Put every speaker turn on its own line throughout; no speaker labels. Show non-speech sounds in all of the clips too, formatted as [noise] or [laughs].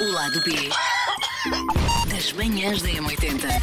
O lado B das manhãs da M80.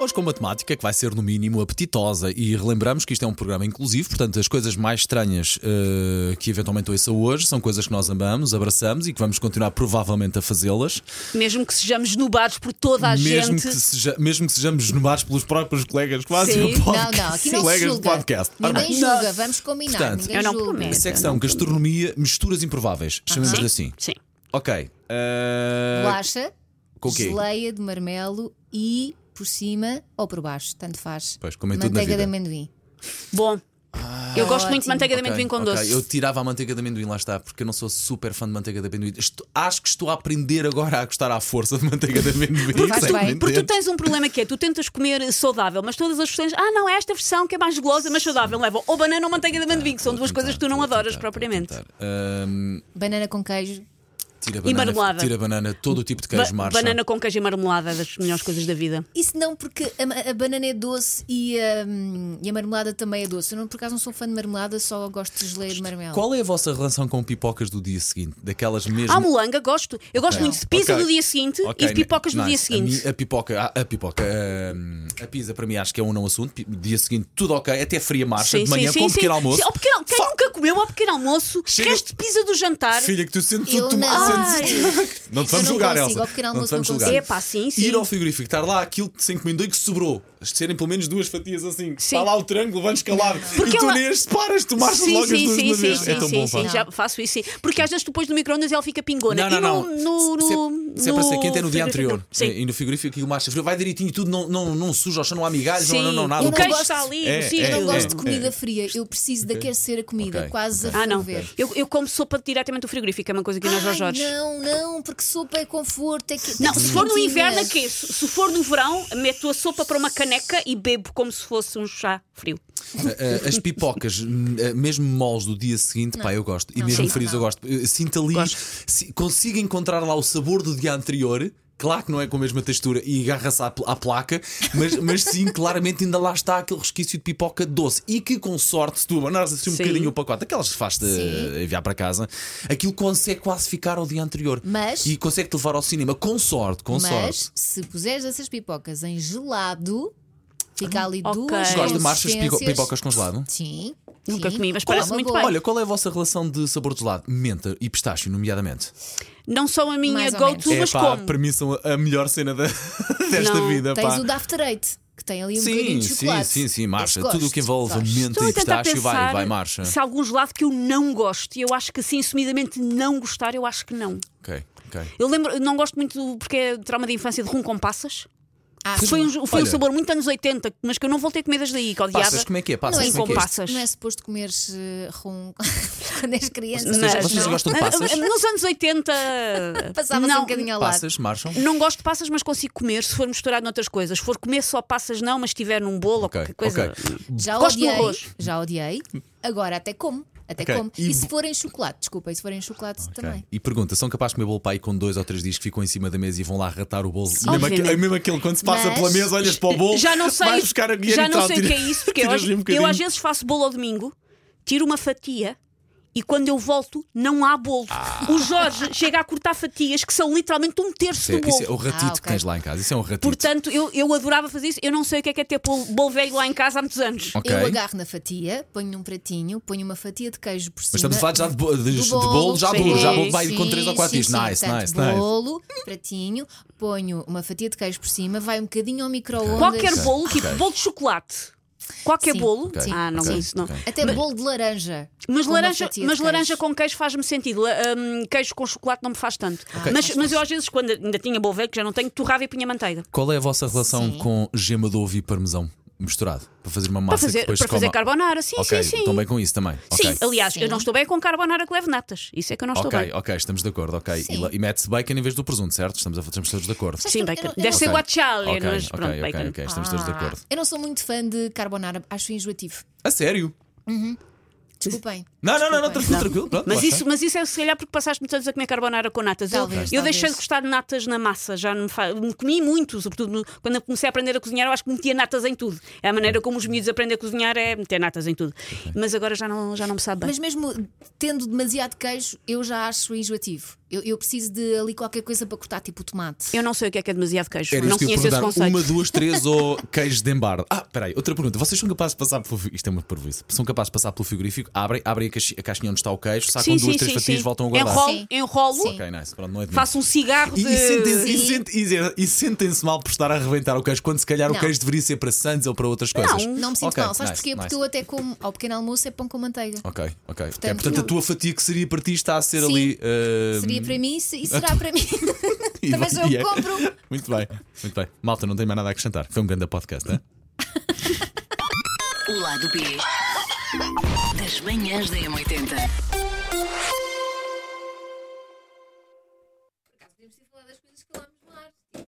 Hoje com uma temática que vai ser, no mínimo, apetitosa e relembramos que isto é um programa inclusivo, portanto, as coisas mais estranhas eh, que eventualmente ouça hoje são coisas que nós amamos, abraçamos e que vamos continuar provavelmente a fazê-las,
Mesmo que sejamos nubados por toda a
mesmo,
gente.
que seja- mesmo que sejamos genomados pelos próprios colegas, quase
Sim.
do
Não,
podcast.
não, aqui não se
colegas do
julga.
podcast. Ora
Ninguém
bem,
julga, vamos combinar.
Portanto,
ninguém
eu não
julga.
prometo.
Secção gastronomia, misturas improváveis, chamemos-lhe assim.
Sim.
Ok. eh,
Bolacha,
com o quê?
geleia de marmelo e por cima ou por baixo, tanto faz.
Pois, como em tudo na
Manteiga de
vida.
amendoim.
Bom, eu gosto muito de
ótimo.
manteiga de
Ok,
amendoim com
Ah, ok.
doce.
Eu tirava a manteiga de amendoim, lá está, porque eu não sou super fã de manteiga de amendoim. Estou- acho que estou a aprender agora a gostar à força de manteiga de amendoim.
Porque
sem
tu-
entender.
Porque tu tens um problema que é, tu tentas comer saudável, mas todas as versões, ah não, é esta versão que é mais gulosa, mas saudável, levam ou banana ou manteiga de amendoim, que são
Vou
duas
tentar,
coisas que tu não
vou
adoras
tentar,
propriamente.
vou tentar. Ahm,
Banana com queijo.
tira
E
banana,
marmelada.
Tira banana, todo o tipo de queijo
Ba-
marcha.
banana com queijo e marmelada, é das melhores coisas da vida.
Hum.
Isso não porque a, ma- a banana é doce e a, hum, e a marmelada também é doce. Eu não, por acaso não sou fã de marmelada, só gosto de geleia de marmelo.
Qual é a vossa relação com pipocas do dia seguinte? Daquelas mesmo.
Ah, molanga, gosto. Eu gosto muito de pizza
É. Ok.
do dia seguinte
Ok,
e de pipocas do
nice.
dia
A
seguinte.
mi- A, pipoca, a, a pipoca, ahm, a pizza para mim acho que é um não assunto. Pi- Dia seguinte, tudo ok, até fria marcha, de manhã com um pequeno almoço.
Sim, ao pequeno- quem
Fa-
nunca comeu ao pequeno almoço,
Chega-
resto de pizza do jantar.
Filha, que tu sentes
Eu
tu- tu-
não.
é, sentes- Não te vamos
não
julgar,
consigo,
Elsa.
ao pequeno
não te
almoço
vamos
não
julgar.
Epá, sim, sim.
Ir ao frigorífico, estar lá aquilo que se encomendou e que sobrou. Serem pelo menos duas fatias assim.
Sim.
Está lá o triângulo, vamos calado.
Porque
e tu
ela-
nem as separas, tu marchas logo as duas de uma vez. é tão bom, pá.
sim, já faço isso. Sim. Porque às vezes tu pões no micro-ondas e ela fica pingona.
Não, não,
e
não.
no, no,
Se-
no,
se é para ser quente, é no dia anterior.
frigorífico. Sim.
E no frigorífico, aquilo marcha frio, vai direitinho e tudo, não, não, não suja, ao chão não há migalhas,
Sim.
não, não, não, nada.
O
Eu não
queijo
gosto-
está ali,
É,
no
é,
sítio.
Eu não
é,
gosto de
é.
comida fria, eu preciso de aquecer a comida,
Ok,
quase
Ah,
a
não.
ferver.
Eu, eu como sopa diretamente do frigorífico, é uma coisa que nós aos
Ai,
Jorge.
não, não, porque sopa é conforto. É que,
Não,
tem
se for no
quentinha.
inverno, aqueço. Se for no verão, meto a sopa para uma caneca e bebo como se fosse um chá frio.
Ah, ah, As pipocas, hum, ah, mesmo moles do dia seguinte, pá, eu gosto. E
Não,
mesmo
sim.
frios eu
Não.
gosto. Eu Sinto ali,
Gosto.
se- consigo encontrar lá o sabor do dia anterior. Claro que não é com a mesma textura e agarra-se à, pl- à placa, mas, mas
[laughs]
sim, claramente ainda lá está aquele resquício de pipoca doce. E que com sorte, se tu abandonares assim um
Sim.
bocadinho o pacote, aquelas que faz de
Sim.
enviar para casa, aquilo consegue quase ficar ao dia anterior.
Mas-
E consegue-te levar ao cinema, com sorte, com sorte.
Mas se puseres essas pipocas em gelado, fica ali
ok.
duas.
Mas
Gosto de marchas pipo-
consistências.
pipocas com gelado?
Sim.
Nunca
sim.
comi, mas
Dá
parece
uma
muito
boa.
bem.
Olha, qual é a vossa relação de sabor de gelado? Menta e pistácio, nomeadamente.
Não são a minha
Mais ou
go-to,
É
mas
pá,
como.
para mim são a melhor cena da- [laughs] desta
Não,
vida.
Tens
Pá.
o da After Eight, que tem ali um
sim,
bocadinho de
sim,
chocolate.
sim, sim, marcha. Tudo
Esse
o
gosto,
que envolve
gosto.
menta
Estou
e
a tentar
pistácio vai,
pensar
vai, marcha.
se há algum gelado que eu não gosto. E eu acho que, assim, sumidamente não gostar, eu acho que não.
Ok, ok.
Eu lembro, eu não gosto muito, do- porque é trauma de infância, de rum com passas.
Ah,
Foi um, foi um
Olha.
sabor muito anos 80, mas que eu não voltei a comer desde aí, que odiava.
Passas, como é que é?
Não é,
Passas,
Sim,
como é
com
que é?
passas.
não é suposto comeres eh, rum [laughs] quando és criança.
Vocês-
Mas
vocês
não.
gostam de passas?
[laughs] Nos anos
[laughs]
80
Passava-se um
não,
bocadinho ao lado.
Passas, marcham.
não gosto de passas, mas consigo comer se for misturado noutras coisas. Se for comer só passas, não, mas se tiver num bolo
Ok,
ou qualquer coisa.
ok.
Já
Gosto do
odiei,
arroz.
já odiei. Agora até como. Até
Ok,
como.
e
E, se
bo-
forem chocolate, desculpa, e se forem chocolate
Ok.
também.
E pergunta: são capazes de comer bolo pai com dois ou três dias que ficam em cima da mesa e vão lá ratar o bolo? Mesmo,
Obviamente.
aquele, mesmo aquele, quando se passa
Mas-
pela mesa, olhas para o bolo,
Já não sei,
vais buscar a guia
já
e
não
tal,
sei o que é
tira-
isso, porque
tiras-lhe
hoje-
um
eu
bocadinho.
às vezes faço bolo ao domingo, tiro uma fatia. E quando eu volto, não há bolo.
Ah.
O Jorge chega a cortar fatias que são literalmente um terço
Isso é,
do bolo.
isso é o ratito
Ah, ok.
que tens lá em casa. Isso é um ratito.
Portanto, eu, eu adorava fazer isso. Eu não sei o que é que é ter bolo, bolo velho lá em casa há muitos anos.
Ok.
Eu agarro na fatia, ponho num pratinho, ponho uma fatia de queijo por cima.
estamos a falar já de bo- de-
do
de bolo já duro,
já bolo
vai com três ou quatro
sim,
dias.
sim.
Nice,
Portanto,
nice, nice.
bolo, pratinho, ponho uma fatia de queijo por cima, vai um bocadinho ao micro-ondas.
Qualquer
Ok,
bolo,
ok.
tipo bolo de chocolate. Qualquer
Sim,
bolo.
ok,
ah, não,
ok,
isso não.
ok.
Até bolo de laranja.
Mas
com uma
laranja,
fatia de
mas
queijo.
laranja com queijo faz-me sentido. La- hum, queijo com chocolate não me faz tanto. Mas, mas eu às vezes, quando ainda tinha bolo velho, que já não tenho, torrava e punha manteiga.
Qual é a vossa relação
Sim.
com gema de ovo e parmesão misturado? Para fazer uma
Para
massa que
fazer,
depois
para
se
fazer
coma-
carbonara, sim,
Ok,
sim, sim.
estão bem com isso também.
Sim,
Ok.
aliás, eu
Sim.
não estou bem com carbonara que leve natas. Isso é que eu não estou
Ok,
bem.
ok, estamos de acordo, ok. E
Sim.
la- E, mete-se bacon em vez do presunto, certo? Estamos, a, estamos todos de acordo.
Sabes
Sim,
que eu- eu
bacon.
não- eu
Deve
não
ser
sei-
guacciale,
Ok,
mas
ok,
pronto,
ok,
bacon. Ah.
ok,
Ah,
estamos todos de acordo.
Eu não sou muito fã de carbonara, acho enjoativo.
A sério?
Desculpem.
Não, não, não, não, tranquilo, tranquilo. Pronto,
Mas
lá
isso,
está.
mas isso é se calhar porque passaste muitos anos a comer carbonara com natas. Eu-
Talvez,
eu
talvez.
deixei de gostar de natas na massa, já não fa... comi muito, sobretudo no- quando eu comecei a aprender a cozinhar, eu acho que metia natas em tudo. É a maneira como os miúdos aprendem a cozinhar é meter natas em tudo. Mas agora já não, já não me sabe bem.
Mas mesmo tendo demasiado queijo, eu já acho enjoativo. Eu, eu preciso de ali qualquer coisa para cortar, tipo o tomate.
Eu não sei o que é que é demasiado queijo.
Era
não
isso que eu ia
conheço esse
perguntar.
conceito.
Uma, duas,
[laughs]
três ou queijos de embardo? Ah, peraí, outra pergunta. Vocês são capazes de passar pelo. Isto é uma parvoíce. São capazes de passar pelo frigorífico, abrem, abrem a, caixi- a caixinha onde está o queijo, sacam
Sim,
duas,
sim,
três
sim,
fatias
sim.
voltam a guardar.
Enrolo,
Sim.
enrolo
Sim.
Ok, nice. Pronto, não é de mim.
faço um cigarro
E,
de.
e sentem-se
Sim.
e sentem- e sentem-se mal por estar a arrebentar o queijo quando se calhar
Não.
o queijo deveria ser para Santos ou para outras coisas.
Não me sinto
Ok,
mal. Sabes
nice,
porquê? Porque
nice.
eu até como ao pequeno almoço é pão com manteiga.
Ok, ok. Portanto,
Portanto,
portanto a
não.
tua fatia que seria para ti está a ser
Sim.
ali. ah,
Seria para mim se- e será para mim.
[laughs] e
Talvez
vai-
eu
e é.
compro.
[laughs] Muito bem, muito bem. Malta, não tem mais nada a acrescentar. Foi um grande podcast, não é?
O lado B das manhãs da M80.